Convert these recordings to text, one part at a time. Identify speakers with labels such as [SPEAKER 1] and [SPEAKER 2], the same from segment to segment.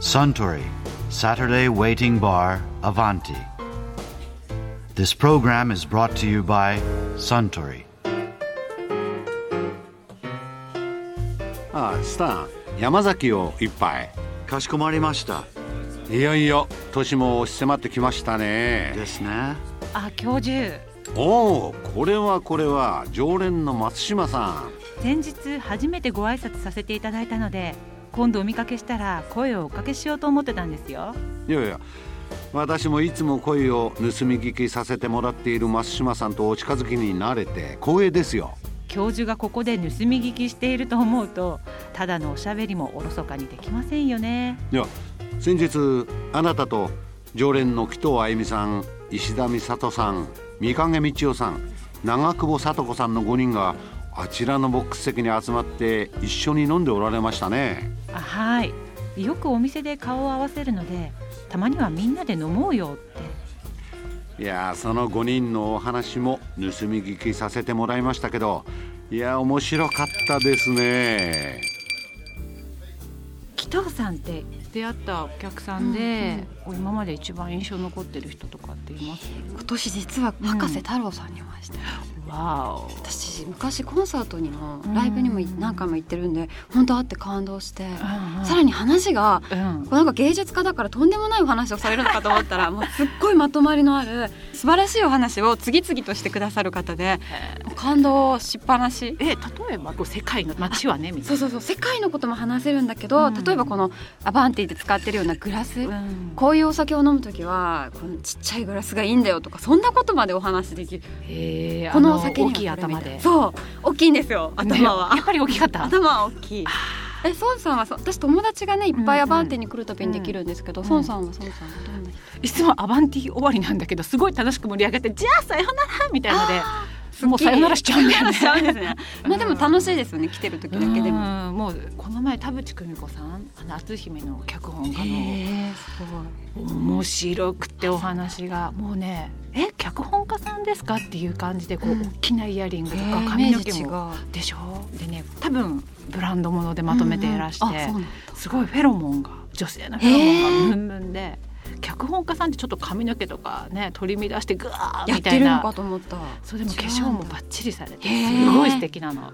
[SPEAKER 1] Suntory Saturday Waiting Bar Avanti. This program is brought to you by Suntory.
[SPEAKER 2] ああスター山崎を一杯いよいよ年も押し迫ってきましたね
[SPEAKER 3] あ教授
[SPEAKER 2] おおこれはこれは常連の松島さ
[SPEAKER 3] 先日初めてご挨拶させていただいたので今度お見かけしたら声をおかけしようと思ってたんですよ
[SPEAKER 2] んいやいや私もいつも恋を盗み聞きさせてもらっている松島さんとお近づきになれて光栄ですよ
[SPEAKER 3] 教授がここで盗み聞きしていると思うとただのおしゃべりもおろそかにできませんよね
[SPEAKER 2] いや先日あなたと常連の紀藤あゆみさん石田美里さん三影道夫さん長久保聡子さんの5人があちらのボックス席に集まって一緒に飲んでおられましたね
[SPEAKER 3] あはいよくお店で顔を合わせるのでたまにはみんなで飲もうよって
[SPEAKER 2] いやーその5人のお話も盗み聞きさせてもらいましたけどいやー面白かったですね
[SPEAKER 3] 紀藤さんって出会ったお客さんで、今まで一番印象残ってる人とかっています
[SPEAKER 4] 今年実は博士太郎さんにお会いして、
[SPEAKER 3] わお
[SPEAKER 4] 私昔コンサートにもライブにもい何回も行ってるんで本当会って感動して、さらに話が
[SPEAKER 3] うん
[SPEAKER 4] こうなんか芸術家だからとんでもないお話をされるのかと思った らもうすっごいまとまりのある素晴らしいお話を次々としてくださる方でもう感動しっぱなし。
[SPEAKER 3] え例えばこう世界の街はねみ
[SPEAKER 4] そうそうそう世界のことも話せるんだけど、
[SPEAKER 3] うん
[SPEAKER 4] 例えばこのアバンティで使ってるようなグラス、
[SPEAKER 3] うん
[SPEAKER 4] こういうお酒を飲む時はこのちっちゃいグラスがいいんだよとかそんなことまでお話できる
[SPEAKER 3] へえ
[SPEAKER 4] このお酒に
[SPEAKER 3] 大
[SPEAKER 4] は
[SPEAKER 3] きい
[SPEAKER 4] これみ
[SPEAKER 3] 頭
[SPEAKER 4] たい
[SPEAKER 3] で
[SPEAKER 4] なそう大きいんですよ頭は、
[SPEAKER 3] ねやっぱり大きかった
[SPEAKER 4] 頭は大きいえ孫さんはそ私友達がねいっぱ
[SPEAKER 3] うんう
[SPEAKER 4] い
[SPEAKER 3] ん
[SPEAKER 4] アバンティに来るたびにできるんですけど、
[SPEAKER 3] うん
[SPEAKER 4] 孫さんは孫さんはどんな人
[SPEAKER 3] いつもアバンティ終わりなんだけどすごい楽しく盛り上がってじゃあさよならみたいのでもうさよならしちゃうんだ よね
[SPEAKER 4] ちゃうんですねまあでも楽しいですよね来てる時だけでも
[SPEAKER 3] うんもうこの前田淵久美子さんあの篤姫の脚本家の
[SPEAKER 4] えすごい
[SPEAKER 3] 面白くてお話がもうねえ脚本家さんですかっていう感じでこう、
[SPEAKER 4] うん
[SPEAKER 3] 大きなイヤリングと
[SPEAKER 4] えー
[SPEAKER 3] か
[SPEAKER 4] イ
[SPEAKER 3] 髪
[SPEAKER 4] メ
[SPEAKER 3] の
[SPEAKER 4] ー
[SPEAKER 3] 毛
[SPEAKER 4] ジ違う
[SPEAKER 3] もでしょでね多分ブランドものでまとめていらして、
[SPEAKER 4] うんうんあそうなんだ
[SPEAKER 3] すごいフェロモンが女性のフェロモン
[SPEAKER 4] へ
[SPEAKER 3] がムンムンで、脚本家さんってちょっと髪の毛とかね取り乱してグワー
[SPEAKER 4] やっ
[SPEAKER 3] みた
[SPEAKER 4] て
[SPEAKER 3] い
[SPEAKER 4] るのか
[SPEAKER 3] な
[SPEAKER 4] と思った
[SPEAKER 3] そうでも化粧もバッチリされて
[SPEAKER 4] 違うん
[SPEAKER 3] す
[SPEAKER 4] だ
[SPEAKER 3] ごい素敵なの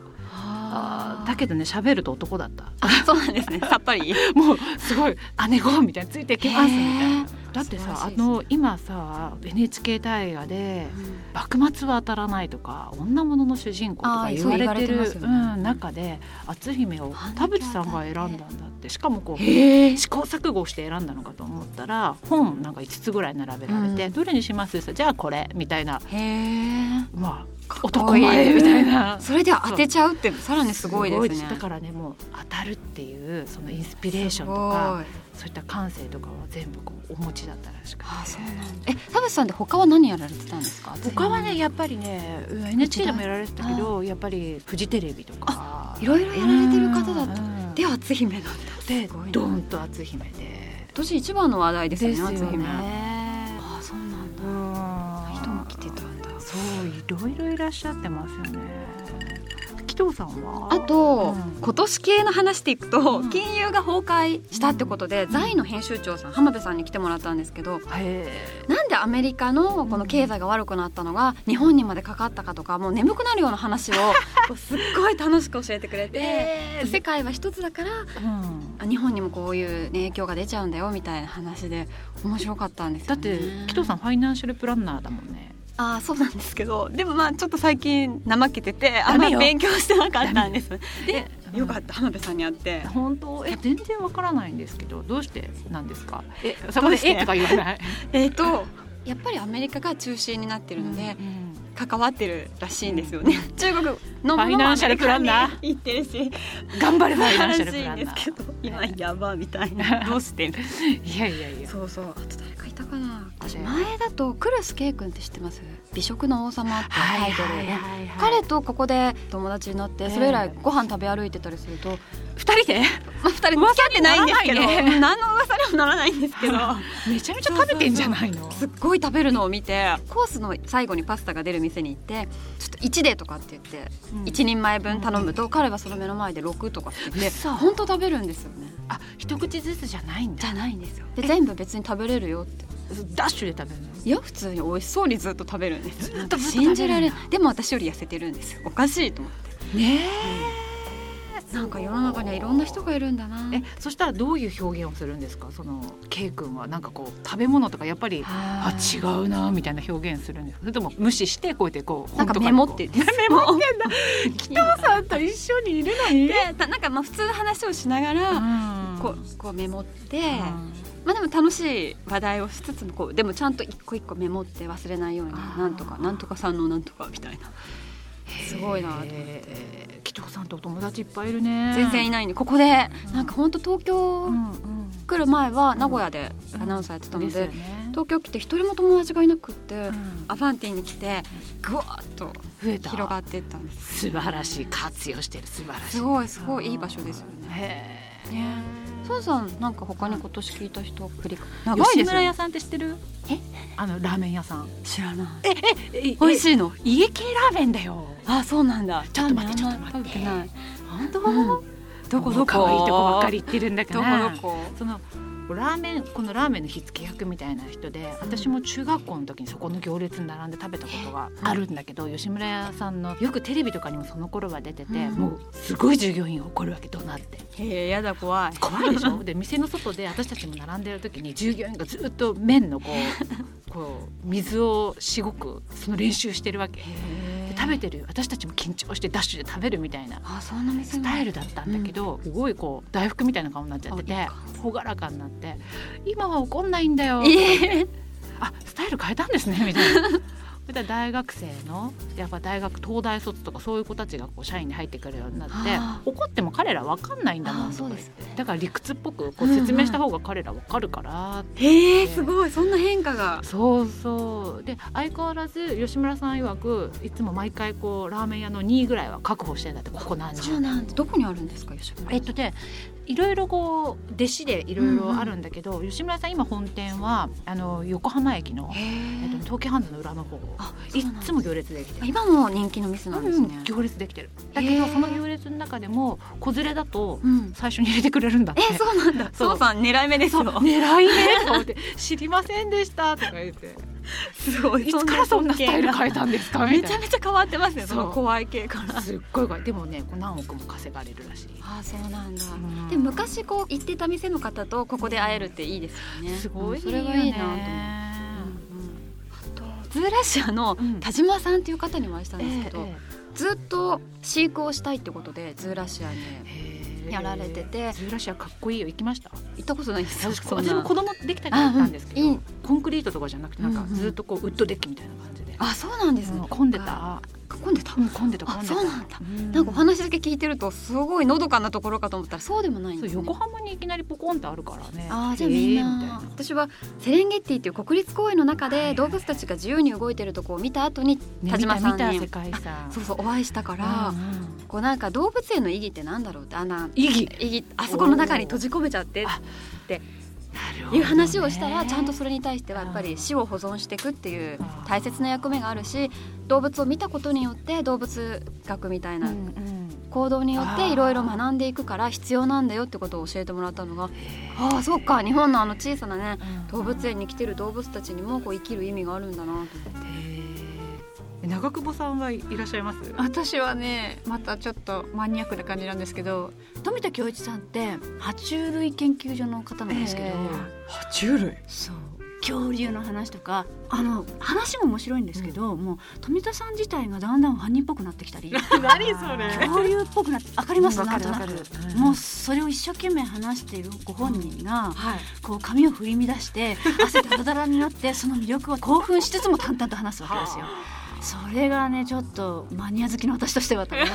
[SPEAKER 4] あ
[SPEAKER 3] あー
[SPEAKER 4] ー
[SPEAKER 3] だけどね喋ると男だった
[SPEAKER 4] そうなんですねさっぱ り
[SPEAKER 3] もうすごい姉子みたいなついてきますみたい
[SPEAKER 4] へ
[SPEAKER 3] な
[SPEAKER 4] ー
[SPEAKER 3] だってさ、
[SPEAKER 4] 素晴ら
[SPEAKER 3] あ
[SPEAKER 4] しいですね
[SPEAKER 3] の今さ NHK 大河で幕末は当たらないとか女物の主人公とか
[SPEAKER 4] あー
[SPEAKER 3] 言
[SPEAKER 4] そう
[SPEAKER 3] われて
[SPEAKER 4] 言わ
[SPEAKER 3] る
[SPEAKER 4] れてますよ
[SPEAKER 3] う
[SPEAKER 4] ね
[SPEAKER 3] ん、中で篤姫を
[SPEAKER 4] あんな
[SPEAKER 3] 田淵さんが選んだんだってしかもこう
[SPEAKER 4] へえ
[SPEAKER 3] 試行錯誤して選んだのかと思ったら本なんか5つぐらい並べられて、
[SPEAKER 4] うん
[SPEAKER 3] どれにしますさじゃあこれみたいな
[SPEAKER 4] へえ
[SPEAKER 3] まあ
[SPEAKER 4] っ
[SPEAKER 3] 男
[SPEAKER 4] こいい
[SPEAKER 3] 前みたいな。
[SPEAKER 4] それで当てちゃうってさらにすごいですね
[SPEAKER 3] だからねもう当たるっていうそのインスピレーションとか
[SPEAKER 4] すごい
[SPEAKER 3] そういった感性とかは全部こうお持ちだったらしくて
[SPEAKER 4] あーそうなんだえ田淵さんって他は何やられてたんですか
[SPEAKER 3] 他はねやっぱりねうん NHK でもやられてたけどやっぱりフジテレビとか
[SPEAKER 4] いろいろやられてる方だった
[SPEAKER 3] た
[SPEAKER 4] で篤姫なんだ
[SPEAKER 3] です
[SPEAKER 4] ごいな
[SPEAKER 3] ドンと篤姫で
[SPEAKER 4] 今年一番の話題ですよね篤姫
[SPEAKER 3] ね
[SPEAKER 4] ああそうなん
[SPEAKER 3] う
[SPEAKER 4] だ
[SPEAKER 3] ん
[SPEAKER 4] 人も来てたんだ
[SPEAKER 3] そういろいろいらっしゃってますよね紀藤さんは
[SPEAKER 4] あと、
[SPEAKER 3] うん
[SPEAKER 4] 今年系の話でいくと、
[SPEAKER 3] うん
[SPEAKER 4] 金融が崩壊したってことで、財の編集長さん浜辺さんに来てもらったんですけど
[SPEAKER 3] へ
[SPEAKER 4] なんでアメリカのこの経済が悪くなったのが日本にまでかかったかとかもう眠くなるような 話をこうすっごい楽しく教えてくれて、
[SPEAKER 3] え
[SPEAKER 4] 世界は一つだから
[SPEAKER 3] うん
[SPEAKER 4] あ日本にもこういう、ね、影響が出ちゃうんだよみたいな話で面白かったんですよ、
[SPEAKER 3] だ
[SPEAKER 4] ね、
[SPEAKER 3] って紀藤さんファイナンシャルプランナーだもんね
[SPEAKER 4] ああそうなんですけどでもまあちょっと最近怠けててあ
[SPEAKER 3] ダ
[SPEAKER 4] ん
[SPEAKER 3] メよ
[SPEAKER 4] まり勉強してなかったんです
[SPEAKER 3] で
[SPEAKER 4] よかった浜辺さんに会って
[SPEAKER 3] 本当え全然わからないんですけどどうしてなんですか
[SPEAKER 4] え
[SPEAKER 3] そこ
[SPEAKER 4] どう
[SPEAKER 3] で
[SPEAKER 4] して
[SPEAKER 3] えとか言わ ない
[SPEAKER 4] えっ、とやっぱりアメリカが中心になってるので、
[SPEAKER 3] うん
[SPEAKER 4] 関わってるらしいんですよね、中国の
[SPEAKER 3] ファイナンシャルプランナー
[SPEAKER 4] 行ってるし
[SPEAKER 3] 頑張れ
[SPEAKER 4] 素
[SPEAKER 3] ファイ
[SPEAKER 4] 晴
[SPEAKER 3] ナン
[SPEAKER 4] ら
[SPEAKER 3] シ
[SPEAKER 4] し
[SPEAKER 3] ャルプ
[SPEAKER 4] い
[SPEAKER 3] ラ
[SPEAKER 4] ん
[SPEAKER 3] ン
[SPEAKER 4] で
[SPEAKER 3] ナ
[SPEAKER 4] す
[SPEAKER 3] ー
[SPEAKER 4] けど今やばみたいなどうして
[SPEAKER 3] いやいやいや
[SPEAKER 4] そうそうあと誰かいたかな
[SPEAKER 3] あ
[SPEAKER 4] 私前だとクルスケイ君って知ってます美食の王様ってタイトル、
[SPEAKER 5] はいはい
[SPEAKER 4] 彼とここで友達になってそれ以来ご飯食べ歩いてたりすると
[SPEAKER 3] 二人で
[SPEAKER 4] まあ二人付き合ってないんですけど
[SPEAKER 3] 噂にならない
[SPEAKER 4] 何の噂にもならないんですけど
[SPEAKER 3] めちゃめちゃ食べてんじゃないの
[SPEAKER 4] すっごい食べるのを見てコースの最後にパスタが出る店に行ってちょっと1でとかって言って1人前分頼むと彼はその目の前で6とかって言って
[SPEAKER 3] 嘘
[SPEAKER 4] 本当食べるんですよね
[SPEAKER 3] あ一口ずつじゃないん
[SPEAKER 4] じ
[SPEAKER 3] だ
[SPEAKER 4] ゃないんですよで全部別に食べれるよって
[SPEAKER 3] ダッシュで食べるの
[SPEAKER 4] いや普通に美味しそうにずっと食べるんです
[SPEAKER 3] ずっとずっと食べるんだ
[SPEAKER 4] 信じられないでも私より痩せてるんですよおかしいと思って
[SPEAKER 3] ねえ
[SPEAKER 4] なんか世の中にはいろんな人がいるんだな
[SPEAKER 3] えそしたらどういう表現をするんですかその K 君はなんかこう食べ物とかやっぱりあ
[SPEAKER 4] あ
[SPEAKER 3] 違うなみたいな表現するんですかそれとも無視してこうやってこう
[SPEAKER 4] なんかメ モってメモってんだき
[SPEAKER 3] お父さんと一緒にいるのに
[SPEAKER 4] でたなんかまあ普通の話をしながら、こうこうメモって、まあでも楽しい話題をしつつもこうでもちゃんと一個一個メモって忘れないように
[SPEAKER 3] あー
[SPEAKER 4] なんとかなんとかさんのなんとかみたいなすごいなと思って
[SPEAKER 3] て貴重さんとお友達いっぱいいるね
[SPEAKER 4] 全然い
[SPEAKER 3] な
[SPEAKER 4] ないんでここでなんか本当東京
[SPEAKER 3] うんうん
[SPEAKER 4] 来る前は名古屋でアナウンサーやってたの
[SPEAKER 3] です
[SPEAKER 4] で、
[SPEAKER 3] よね
[SPEAKER 4] 東京来て一人も友達がいなくって、
[SPEAKER 3] うん
[SPEAKER 4] アバンティに来てぐわーっと
[SPEAKER 3] 増えた
[SPEAKER 4] 広がっていったんです
[SPEAKER 3] 素晴らしい活用してる素晴らしい
[SPEAKER 4] すごいすごいいい場所ですよね
[SPEAKER 3] へえ
[SPEAKER 4] ねそうさんなんか他に今年聞いた人振りか
[SPEAKER 3] 吉
[SPEAKER 4] よ
[SPEAKER 3] 村屋
[SPEAKER 4] ね
[SPEAKER 3] さんって知ってる
[SPEAKER 4] え
[SPEAKER 3] あのラーメン屋さん
[SPEAKER 4] 知らない
[SPEAKER 3] 美
[SPEAKER 4] 美味
[SPEAKER 3] い
[SPEAKER 4] しいの
[SPEAKER 3] 家系ラーメンだよ
[SPEAKER 4] あそうなんだ
[SPEAKER 3] ちょっと待ってちょっと待って
[SPEAKER 4] 食べない
[SPEAKER 3] 本当
[SPEAKER 4] どこどこ
[SPEAKER 3] 可愛いとこばっかり言ってるんだけ
[SPEAKER 4] ど
[SPEAKER 3] ど
[SPEAKER 4] こ
[SPEAKER 3] ね
[SPEAKER 4] どこ
[SPEAKER 3] そのラーメンこのラーメンの火付け役みたいな人で私も中学校の時にそこの行列に並んで食べたことがあるんだけど吉村屋さんのよくテレビとかにもその頃は出てて、
[SPEAKER 4] うん
[SPEAKER 3] もうすごい従業員が怒るわけどなって
[SPEAKER 4] へえやだ怖い
[SPEAKER 3] 怖いでしょで店の外で私たちも並んでる時に従業員がずっと麺のこ うこう水をしごくその練習してるわけで食べてる私たちも緊張してダッシュで食べるみたいな
[SPEAKER 4] あそんな店
[SPEAKER 3] スタイルだったんだけど、すごいこう大福みたいな顔になっちゃって
[SPEAKER 4] あいい
[SPEAKER 3] て
[SPEAKER 4] か
[SPEAKER 3] 朗らかになって「今は怒んないんだよ」
[SPEAKER 4] ええ
[SPEAKER 3] あスタイル変えたんですね」みたいな。そしたら大学生のやっぱ大学東大卒とかそういう子たちがこう社員に入ってくるようになって
[SPEAKER 4] あー
[SPEAKER 3] 怒っても彼ら分かんないんだも
[SPEAKER 4] あ
[SPEAKER 3] ん
[SPEAKER 4] ー
[SPEAKER 3] と
[SPEAKER 4] そう
[SPEAKER 3] か
[SPEAKER 4] で
[SPEAKER 3] 言っ
[SPEAKER 4] す
[SPEAKER 3] て
[SPEAKER 4] ね
[SPEAKER 3] だから理屈っぽくこう説明した方が彼ら分かるからって
[SPEAKER 4] へえすごいそんな変化が
[SPEAKER 3] そうそうで相変わらず吉村さん曰くいつも毎回こうラーメン屋の2位ぐらいは確保してんだってここ何十
[SPEAKER 4] そうなんですどこにあるんですか吉村
[SPEAKER 3] えっとねいろいろこう弟子でいろいろあるんだけど、吉村さん今本店はあの横浜駅の、
[SPEAKER 4] へ
[SPEAKER 3] えっと、
[SPEAKER 4] え
[SPEAKER 3] 東急ハンズの裏の方
[SPEAKER 4] あ
[SPEAKER 3] いっ
[SPEAKER 4] そうなんだ
[SPEAKER 3] つも行列できてる。
[SPEAKER 4] 今も人気の店なんです
[SPEAKER 3] う
[SPEAKER 4] ね
[SPEAKER 3] ん行列できてるだけ
[SPEAKER 4] へ
[SPEAKER 3] ど
[SPEAKER 4] ー
[SPEAKER 3] その行列の中でも子連れだと
[SPEAKER 4] うん
[SPEAKER 3] 最初に入れてくれるんだって、
[SPEAKER 4] えそうなんだ
[SPEAKER 3] そう
[SPEAKER 4] そうさん狙い目ですよ
[SPEAKER 3] 狙いねと思って「知りませんでした」とか言 って
[SPEAKER 4] す
[SPEAKER 3] 「
[SPEAKER 4] ご
[SPEAKER 3] いつからそんなスタイル変え
[SPEAKER 4] た
[SPEAKER 3] たんですか?」み
[SPEAKER 4] め
[SPEAKER 3] た
[SPEAKER 4] ちゃ
[SPEAKER 3] い
[SPEAKER 4] めちゃ変わってますね
[SPEAKER 3] そ
[SPEAKER 4] そうの怖い系から
[SPEAKER 3] なすっごい怖いでもねこう何億も稼がれるらしい
[SPEAKER 4] あそうなんだ
[SPEAKER 3] うん
[SPEAKER 4] で昔こう行ってた店の方とここで会えるっていいですよね
[SPEAKER 3] すごい
[SPEAKER 4] うんそれはいいなと思って
[SPEAKER 3] 思
[SPEAKER 4] あとズーラシアの
[SPEAKER 3] うん
[SPEAKER 4] 田島さんっていう方にもお会いしたん
[SPEAKER 3] う
[SPEAKER 4] ですけど、ずっと飼育をしたいってことでズーラシアにやられてて
[SPEAKER 3] ズーラシアかっこいいよ行きました
[SPEAKER 4] 行ったことないんですよそん
[SPEAKER 3] 私
[SPEAKER 4] な
[SPEAKER 3] も子供できたから行ったんですけど、
[SPEAKER 4] あうんいい
[SPEAKER 3] コンクリートとかじゃなくてなんか
[SPEAKER 4] うんうん
[SPEAKER 3] ずっとこうウッドデッキみたいな感じで、
[SPEAKER 4] あそうなんですね、
[SPEAKER 3] うん混んでた、
[SPEAKER 4] 混んでた、
[SPEAKER 3] うん、混んでた混
[SPEAKER 4] あ
[SPEAKER 3] んでた
[SPEAKER 4] そうなんだ、
[SPEAKER 3] うん
[SPEAKER 4] なんかお話だけ聞いてるとすごいのどかなところかと思ったらそうでもないん
[SPEAKER 3] そ
[SPEAKER 4] で
[SPEAKER 3] う
[SPEAKER 4] すね
[SPEAKER 3] 横浜にいきなりポコンってあるからね
[SPEAKER 4] あーじゃあみんな,、
[SPEAKER 3] えーみたいな
[SPEAKER 4] 私はセレンゲッティっていう国立公園の中
[SPEAKER 3] はいは
[SPEAKER 4] で
[SPEAKER 3] い
[SPEAKER 4] 動物たちが自由に動いてるとこを見た後に
[SPEAKER 3] ね
[SPEAKER 4] 田島さん
[SPEAKER 3] 見た
[SPEAKER 4] に、
[SPEAKER 3] 見た世界遺産
[SPEAKER 4] そうそうお会いしたから、
[SPEAKER 3] うんうん
[SPEAKER 4] こうなんか動物園の意義ってなんだろうってあんな
[SPEAKER 3] 意義
[SPEAKER 4] 意義あそこの中に閉じ込めちゃって
[SPEAKER 3] あ
[SPEAKER 4] いう話をしたらちゃんとそ
[SPEAKER 3] れ
[SPEAKER 4] れに対してはやっぱり死を保存していくっていう
[SPEAKER 3] あー
[SPEAKER 4] 大切な役目があるし動物を見たことによって動物学みたいな行動によっ
[SPEAKER 3] あ
[SPEAKER 4] て
[SPEAKER 3] ー
[SPEAKER 4] いろいろ学んでいくから必要なんだよってことを教えてもらったの
[SPEAKER 3] へ
[SPEAKER 4] がああそうか日本のあの小さなね
[SPEAKER 3] うん
[SPEAKER 4] 動物園に来てる動物たちにもこう生きる意味があるんだなと思って
[SPEAKER 3] え長久保さんはいらっしゃいます
[SPEAKER 6] 私はねまたちょっとマニアックな感じなんですけど富田恭一さんって爬虫類研究所の方なんですけど、
[SPEAKER 4] ええ
[SPEAKER 3] 爬虫類
[SPEAKER 6] そう恐竜の話とかあの話も面白いんですけど、もう富田さん自体がだんだん犯人っぽくなってきたり
[SPEAKER 3] 何それ
[SPEAKER 6] 恐竜っぽくなって分かります
[SPEAKER 3] わか
[SPEAKER 6] なん
[SPEAKER 3] る
[SPEAKER 6] と
[SPEAKER 3] わ
[SPEAKER 6] な
[SPEAKER 3] かる
[SPEAKER 6] く。もうそれを一生懸命話しているご本人が、
[SPEAKER 3] はい
[SPEAKER 6] こう髪を振り乱して 汗だらだらになってその魅力を興奮しつつも淡々と話すわけですよ。それがねちょっとマニア好きの私としては多 分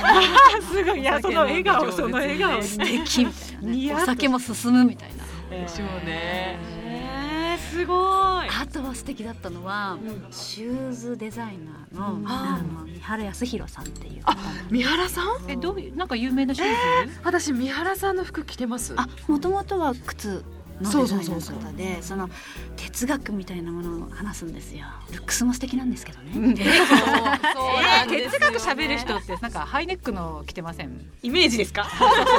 [SPEAKER 3] すごいいやその笑顔その笑顔
[SPEAKER 6] 素敵みたいな
[SPEAKER 3] ニ
[SPEAKER 6] ね
[SPEAKER 3] ヤッ
[SPEAKER 6] お
[SPEAKER 3] と
[SPEAKER 6] 酒も進むみたいな
[SPEAKER 3] でしょうね。えー
[SPEAKER 7] すごい
[SPEAKER 6] あとは素敵だったのは、
[SPEAKER 7] ん
[SPEAKER 6] シューズデザイナーの、あの三原康弘さんっていう
[SPEAKER 7] 三原さん
[SPEAKER 3] えどういうなんか有名なシューズ、
[SPEAKER 7] 私三原さんの服着てます
[SPEAKER 6] あもともとは靴の
[SPEAKER 7] そう
[SPEAKER 6] デザ
[SPEAKER 7] そ
[SPEAKER 6] イ
[SPEAKER 7] う
[SPEAKER 6] ナ
[SPEAKER 7] そうそう
[SPEAKER 6] ーの方でその哲学みたいなものを話すんですよルックスも素敵なんですけどね、
[SPEAKER 7] なんですよね
[SPEAKER 3] 哲学喋る人ってなんかハイネックの着てません
[SPEAKER 7] イメージですか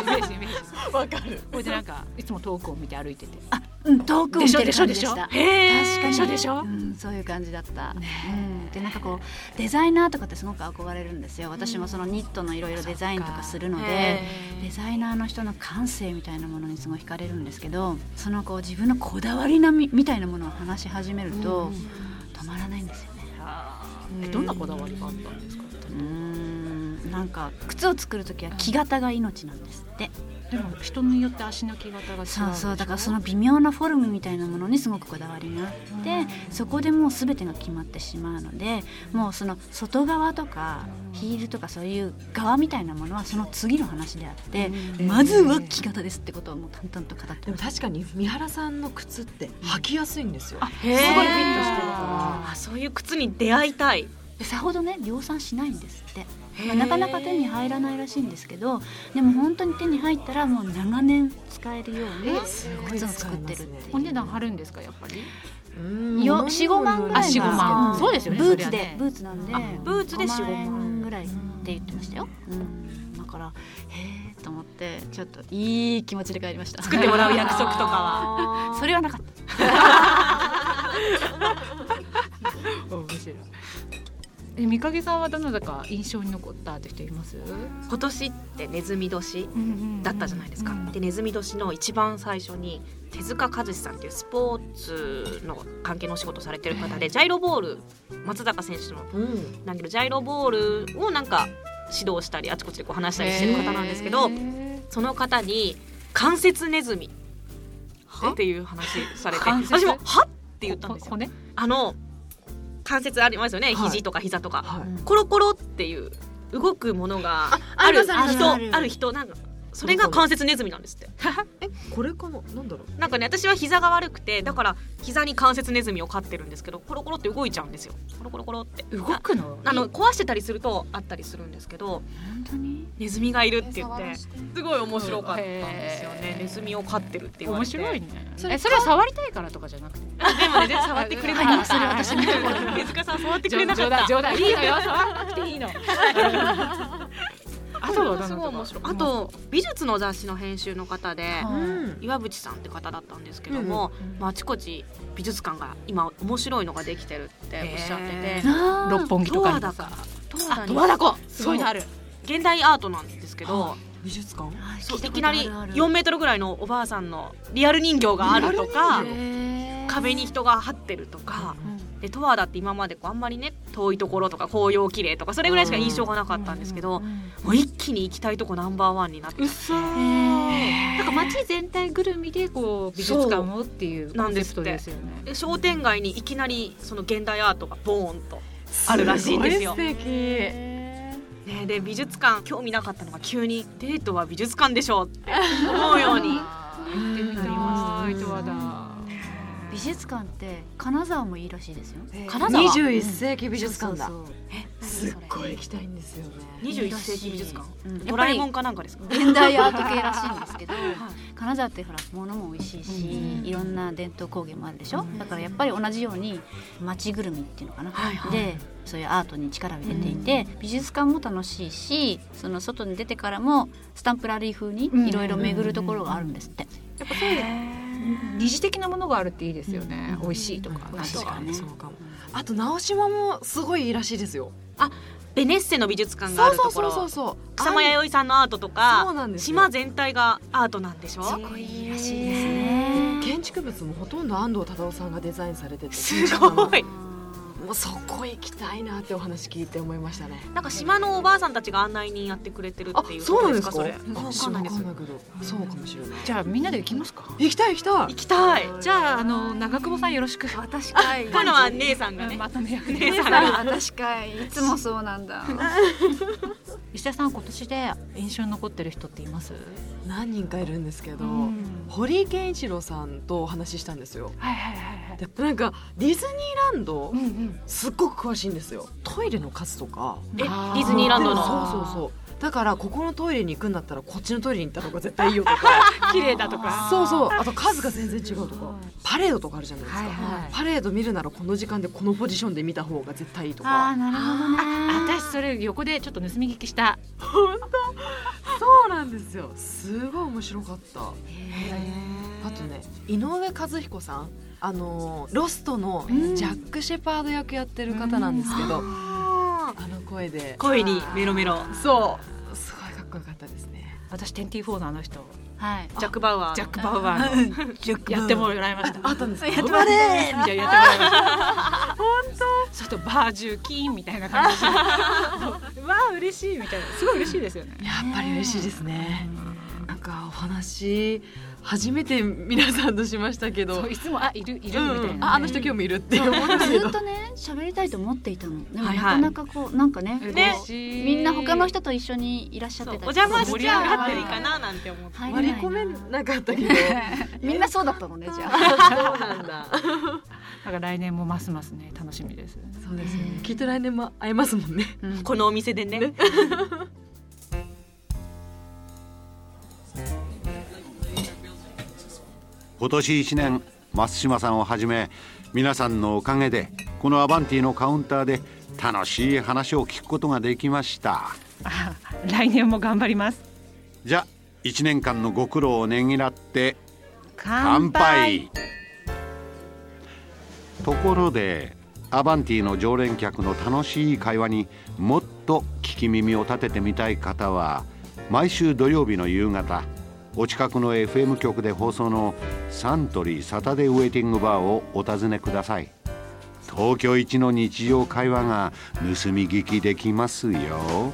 [SPEAKER 3] イメージイメージ
[SPEAKER 7] わかる
[SPEAKER 3] これでなんかいつも遠くを見て歩いてて
[SPEAKER 6] うん、遠くを見てる感じで
[SPEAKER 3] でし
[SPEAKER 6] し
[SPEAKER 3] ょ
[SPEAKER 6] た
[SPEAKER 7] へー
[SPEAKER 6] 確かに
[SPEAKER 7] でしょでしょ
[SPEAKER 6] うん、そういう感じだった、うん、でなんかこうデザイナーとかってすごく憧れるんですよ私もそのニットのいろいろデザインとかするのでデザイナーの人の感性みたいなものにすごい惹かれるんですけどそのこう自分のこだわりなみみたいなものを話し始めると、止まらないんですよね
[SPEAKER 3] えどんなこだわりがあったんですか
[SPEAKER 6] うんなんか靴を作る時は木型が命なんですって
[SPEAKER 3] でも人によって足の着方が違う
[SPEAKER 6] そうそうだからそ
[SPEAKER 3] の
[SPEAKER 6] の微妙なフォルムみたいなものにすごくこだわりがあってそこでもう全てが決まってしまうのでもうその外側とかヒールとかそういう側みたいなものはその次の話であってまずは着型ですってことをもう淡々と語って
[SPEAKER 7] でも
[SPEAKER 6] ます。
[SPEAKER 7] 確かに三原さんの靴って履きやすいんですよ
[SPEAKER 3] あ
[SPEAKER 7] すごいフィ
[SPEAKER 3] へ
[SPEAKER 7] ットしてるから
[SPEAKER 6] あ
[SPEAKER 7] そういう靴に出会いたい
[SPEAKER 6] でさほどね量産しないんですって、まあなかなか手に入らないらしいんですけどでも本当に手に入ったらもう長年使えるように靴を作ってるっていう
[SPEAKER 3] お値段張るんですかやっぱり
[SPEAKER 6] よ四五万ぐらいは
[SPEAKER 3] あ四五万そうですよね
[SPEAKER 6] ブ
[SPEAKER 3] そ
[SPEAKER 6] ー
[SPEAKER 3] りゃ
[SPEAKER 6] ツで、
[SPEAKER 3] ね
[SPEAKER 6] ブーツなんで
[SPEAKER 7] ブーツで四五万
[SPEAKER 6] 5円ぐらいって言ってましたよ、うんだからへえと思ってちょっといい気持ちで帰りました
[SPEAKER 7] 作ってもらう約束とかは
[SPEAKER 6] それはなかった
[SPEAKER 3] 面白いえ三影さんはどなたか印象に残ったって人います
[SPEAKER 8] 今年ってネズミ年だったじゃないですか、
[SPEAKER 3] うん
[SPEAKER 8] でネズミ年の一番最初に手塚和志さんっていうスポーツの関係のお仕事をされてる方でジャイロボール松坂選手の
[SPEAKER 7] うん
[SPEAKER 8] 投げるジャイロボールをなんか指導したりあちこちでこう話したりしてる方なんですけど、その方に関節ネズミっていう話されて
[SPEAKER 3] 関節
[SPEAKER 8] 私も「はっ?」って言ったんですよ。
[SPEAKER 3] 骨
[SPEAKER 8] あの関節ありますよ
[SPEAKER 7] は
[SPEAKER 8] ね、
[SPEAKER 7] い
[SPEAKER 8] 肘とか膝とか、
[SPEAKER 7] は
[SPEAKER 8] コロコロっていう動くものが
[SPEAKER 7] あ
[SPEAKER 8] あ
[SPEAKER 7] りま
[SPEAKER 8] る
[SPEAKER 7] す
[SPEAKER 8] 人
[SPEAKER 7] あ
[SPEAKER 8] あ
[SPEAKER 7] ります
[SPEAKER 8] る
[SPEAKER 7] ある
[SPEAKER 8] 人なんかそれが関節ネズミなんですって
[SPEAKER 7] いこれかななんだろう
[SPEAKER 8] なんかね私は膝が悪くてだから膝に関節ネズミを飼ってるんですけどコロコロって動いちゃうんですよコロコロコロって
[SPEAKER 3] 動くの
[SPEAKER 8] あの壊してたりするとあったりするんですけど
[SPEAKER 6] 本当に
[SPEAKER 8] ネズミがいるって言ってすごい面白かったんですよ
[SPEAKER 3] へ
[SPEAKER 8] ね
[SPEAKER 3] ー
[SPEAKER 8] ネズミを飼ってるって言わ
[SPEAKER 3] 面
[SPEAKER 8] れて
[SPEAKER 3] 白いね
[SPEAKER 7] それ
[SPEAKER 3] えそれは触りたいからとかじゃなくて
[SPEAKER 8] でもね全然触ってくれなかった
[SPEAKER 3] はいはいそれ私のところ
[SPEAKER 8] 手塚さん触って く
[SPEAKER 3] 冗
[SPEAKER 8] れなかった
[SPEAKER 3] 談冗談いいのよ触らなくていい のあとはどなたか
[SPEAKER 8] すごい面白いあと美術の雑誌の編集の方で、
[SPEAKER 7] うん
[SPEAKER 8] 岩渕さんって方だったんですけども、まあ、あちこち美術館が今面白いのができてるっておっしゃってて、
[SPEAKER 3] 六本木と
[SPEAKER 8] 十
[SPEAKER 3] か
[SPEAKER 8] 和
[SPEAKER 3] に
[SPEAKER 8] 田か十和田に
[SPEAKER 7] 十和田湖すごいのある
[SPEAKER 8] 現代アートなんですけど、
[SPEAKER 7] 美術館
[SPEAKER 8] そういきなり4
[SPEAKER 6] 四
[SPEAKER 8] メートルぐらいのおばあさんのリアル人形があるとか壁に人が張ってるとか、で十和田って今までこうあんまりね遠いところとか紅葉綺麗とかそれぐらいしか印象がなかったんですけど、もう一気に行きたいとこナンバーワンになって
[SPEAKER 3] なんか街全体ぐるみでこう美術館をっていうコンセプトですよね
[SPEAKER 8] で商店街にいきなりその現代アートがボーンとあるらしいんですよ。
[SPEAKER 7] ごい素敵
[SPEAKER 8] ね、で美術館興味なかったのが急にデートは美術館でしょ うって思うように
[SPEAKER 3] 行ってみたい十和田
[SPEAKER 6] 美術館って金沢もいいらしいですよ金沢
[SPEAKER 7] 二十一世紀美術館だ
[SPEAKER 6] そうそうそう
[SPEAKER 7] すっごい行きたいんですよね
[SPEAKER 8] 21世紀美術館
[SPEAKER 6] うんや
[SPEAKER 8] ド
[SPEAKER 6] っ
[SPEAKER 8] ラ
[SPEAKER 6] ぱ
[SPEAKER 8] え
[SPEAKER 6] り
[SPEAKER 8] もんかなんかですか
[SPEAKER 6] 現代アート系らしいんですけど金沢ってほら物も美味しいし、いろんな伝統工芸もあるでしょ、だからやっぱり同じように街ぐるみっていうのかな、でそういうアートに力を入れていて、美術館も楽しいしその外に出てからもスタンプラリー風にいろいろ巡るところがあるんですって、
[SPEAKER 3] やっぱそういう二次的なものがあるっていいですよね美味しいとか
[SPEAKER 7] うん
[SPEAKER 3] なんと
[SPEAKER 7] 確
[SPEAKER 3] か
[SPEAKER 7] かにそうかもあと直島もすごいいいらしいですよ
[SPEAKER 8] ベネッセの美術館があ
[SPEAKER 7] そう
[SPEAKER 8] る
[SPEAKER 7] そ
[SPEAKER 8] と
[SPEAKER 7] う
[SPEAKER 8] こ
[SPEAKER 7] そうそう
[SPEAKER 8] ろ
[SPEAKER 7] そう
[SPEAKER 8] 草間彌生さんのアートと
[SPEAKER 7] そう
[SPEAKER 8] か
[SPEAKER 7] なんですよ
[SPEAKER 8] 島全体がアートなんでしょ
[SPEAKER 7] そこいいらしいですね建築物もほとんど安藤忠雄さんがデザインされてて
[SPEAKER 8] すごい
[SPEAKER 7] もうそこ行きたいなってお話聞いて思いましたね
[SPEAKER 8] なんか島のおばあさんたちが案内人やってくれてる
[SPEAKER 7] あ
[SPEAKER 8] っていう
[SPEAKER 7] そうなんですか
[SPEAKER 8] こと
[SPEAKER 7] あ
[SPEAKER 8] それわかんないです
[SPEAKER 7] 知らないけどそうかもしれない
[SPEAKER 3] じゃあみんなで行きますか
[SPEAKER 7] 行きたい行きたい
[SPEAKER 8] 行きたい
[SPEAKER 3] じゃああの長久保さんよろしく
[SPEAKER 4] 私かい
[SPEAKER 8] かのは姉さんが ね
[SPEAKER 3] まとめ
[SPEAKER 8] 姉さんが
[SPEAKER 4] 私かいいつもそうなんだ
[SPEAKER 5] 石田さん今年で印象に残ってる人っています？
[SPEAKER 7] 何人かいるんですけど、
[SPEAKER 5] うん
[SPEAKER 7] 堀井健一郎さんとお話ししたんですよ
[SPEAKER 3] はいはいはいはい
[SPEAKER 7] でなんかディズニーランド
[SPEAKER 3] うんうん
[SPEAKER 7] すっごく詳しいんですよトイレの数とか
[SPEAKER 8] えデ
[SPEAKER 3] あー
[SPEAKER 8] ィズニーランド
[SPEAKER 7] で
[SPEAKER 8] の
[SPEAKER 7] もそうそうそうだからここのトイレに行くんだったらこっちのトイレに行った方が絶対いいよとか
[SPEAKER 8] 綺麗だとか
[SPEAKER 7] そうそうあと数が全然違うとかパレードとかあるじゃないですか、
[SPEAKER 3] はいはい
[SPEAKER 7] パレード見るならこの時間でこのポジションで見た方が絶対いいと
[SPEAKER 6] ああ
[SPEAKER 7] か
[SPEAKER 6] なるほどね
[SPEAKER 3] 私それ横でちょっと盗み聞きした
[SPEAKER 7] そうなんですよすごい面白かったあとね井上和彦さんあのーロストのジャック・シェパード役やってる方なんですけど、あの声で
[SPEAKER 8] 声にメロメロ
[SPEAKER 7] そうすごいかっこよかったですね
[SPEAKER 3] 私10-T4のあの人
[SPEAKER 6] はい
[SPEAKER 8] ジャック・バウアー
[SPEAKER 3] ジャック・バウアーのやってもらいました
[SPEAKER 7] あったんですか
[SPEAKER 3] 頑張れみたいなやってもらいました本当ちょっとバージューキーンみたいな感じで わあ嬉しいみたいなすごい嬉しいですよね
[SPEAKER 7] やっぱり嬉しいですね。なんかお話初めて皆さんとしましたけど、
[SPEAKER 3] そういつもあいるいるみたいなね、
[SPEAKER 7] うん、ああの人興味いるって思ったけ
[SPEAKER 6] ず
[SPEAKER 7] ど
[SPEAKER 6] っ、とね喋りたいと思っていたのでも
[SPEAKER 8] はい
[SPEAKER 6] な
[SPEAKER 8] は
[SPEAKER 6] か
[SPEAKER 8] い
[SPEAKER 6] なかこうなんかねこう
[SPEAKER 8] ね
[SPEAKER 6] みんな他の
[SPEAKER 3] 人
[SPEAKER 6] 人と一緒にいらっしゃっ
[SPEAKER 8] そ
[SPEAKER 6] て
[SPEAKER 8] う
[SPEAKER 6] た
[SPEAKER 8] お邪魔
[SPEAKER 3] 盛
[SPEAKER 8] し
[SPEAKER 3] り
[SPEAKER 8] ち
[SPEAKER 3] 上
[SPEAKER 8] ゃ
[SPEAKER 3] が
[SPEAKER 8] う
[SPEAKER 3] る
[SPEAKER 8] がっていいかななんて思って
[SPEAKER 6] 入れ
[SPEAKER 7] 割り
[SPEAKER 6] ない
[SPEAKER 7] 込
[SPEAKER 6] な
[SPEAKER 7] めなかったけど、
[SPEAKER 6] みんなそうだったのねじゃ
[SPEAKER 7] そうなんだ。
[SPEAKER 3] だから来年もますますね楽しみです
[SPEAKER 7] そうですよね。きっと来年も会えますもんね。
[SPEAKER 8] このお店でね
[SPEAKER 2] 今年1年松島さんをはじめ皆さんのおかげでこのアバンティのカウンターで楽しい話を聞くことができました
[SPEAKER 5] あ来年も頑張ります。
[SPEAKER 2] じゃあ1年間のご苦労をねぎらって
[SPEAKER 5] 乾
[SPEAKER 2] 乾杯ところでアバンティの常連客の楽しい会話にもっと聞き耳を立ててみたい方は毎週土曜日の夕方お近くの FM 局で放送のサントリーサタデーウェイティングバーをお尋ねください東京一の日常会話が盗み聞きできますよ。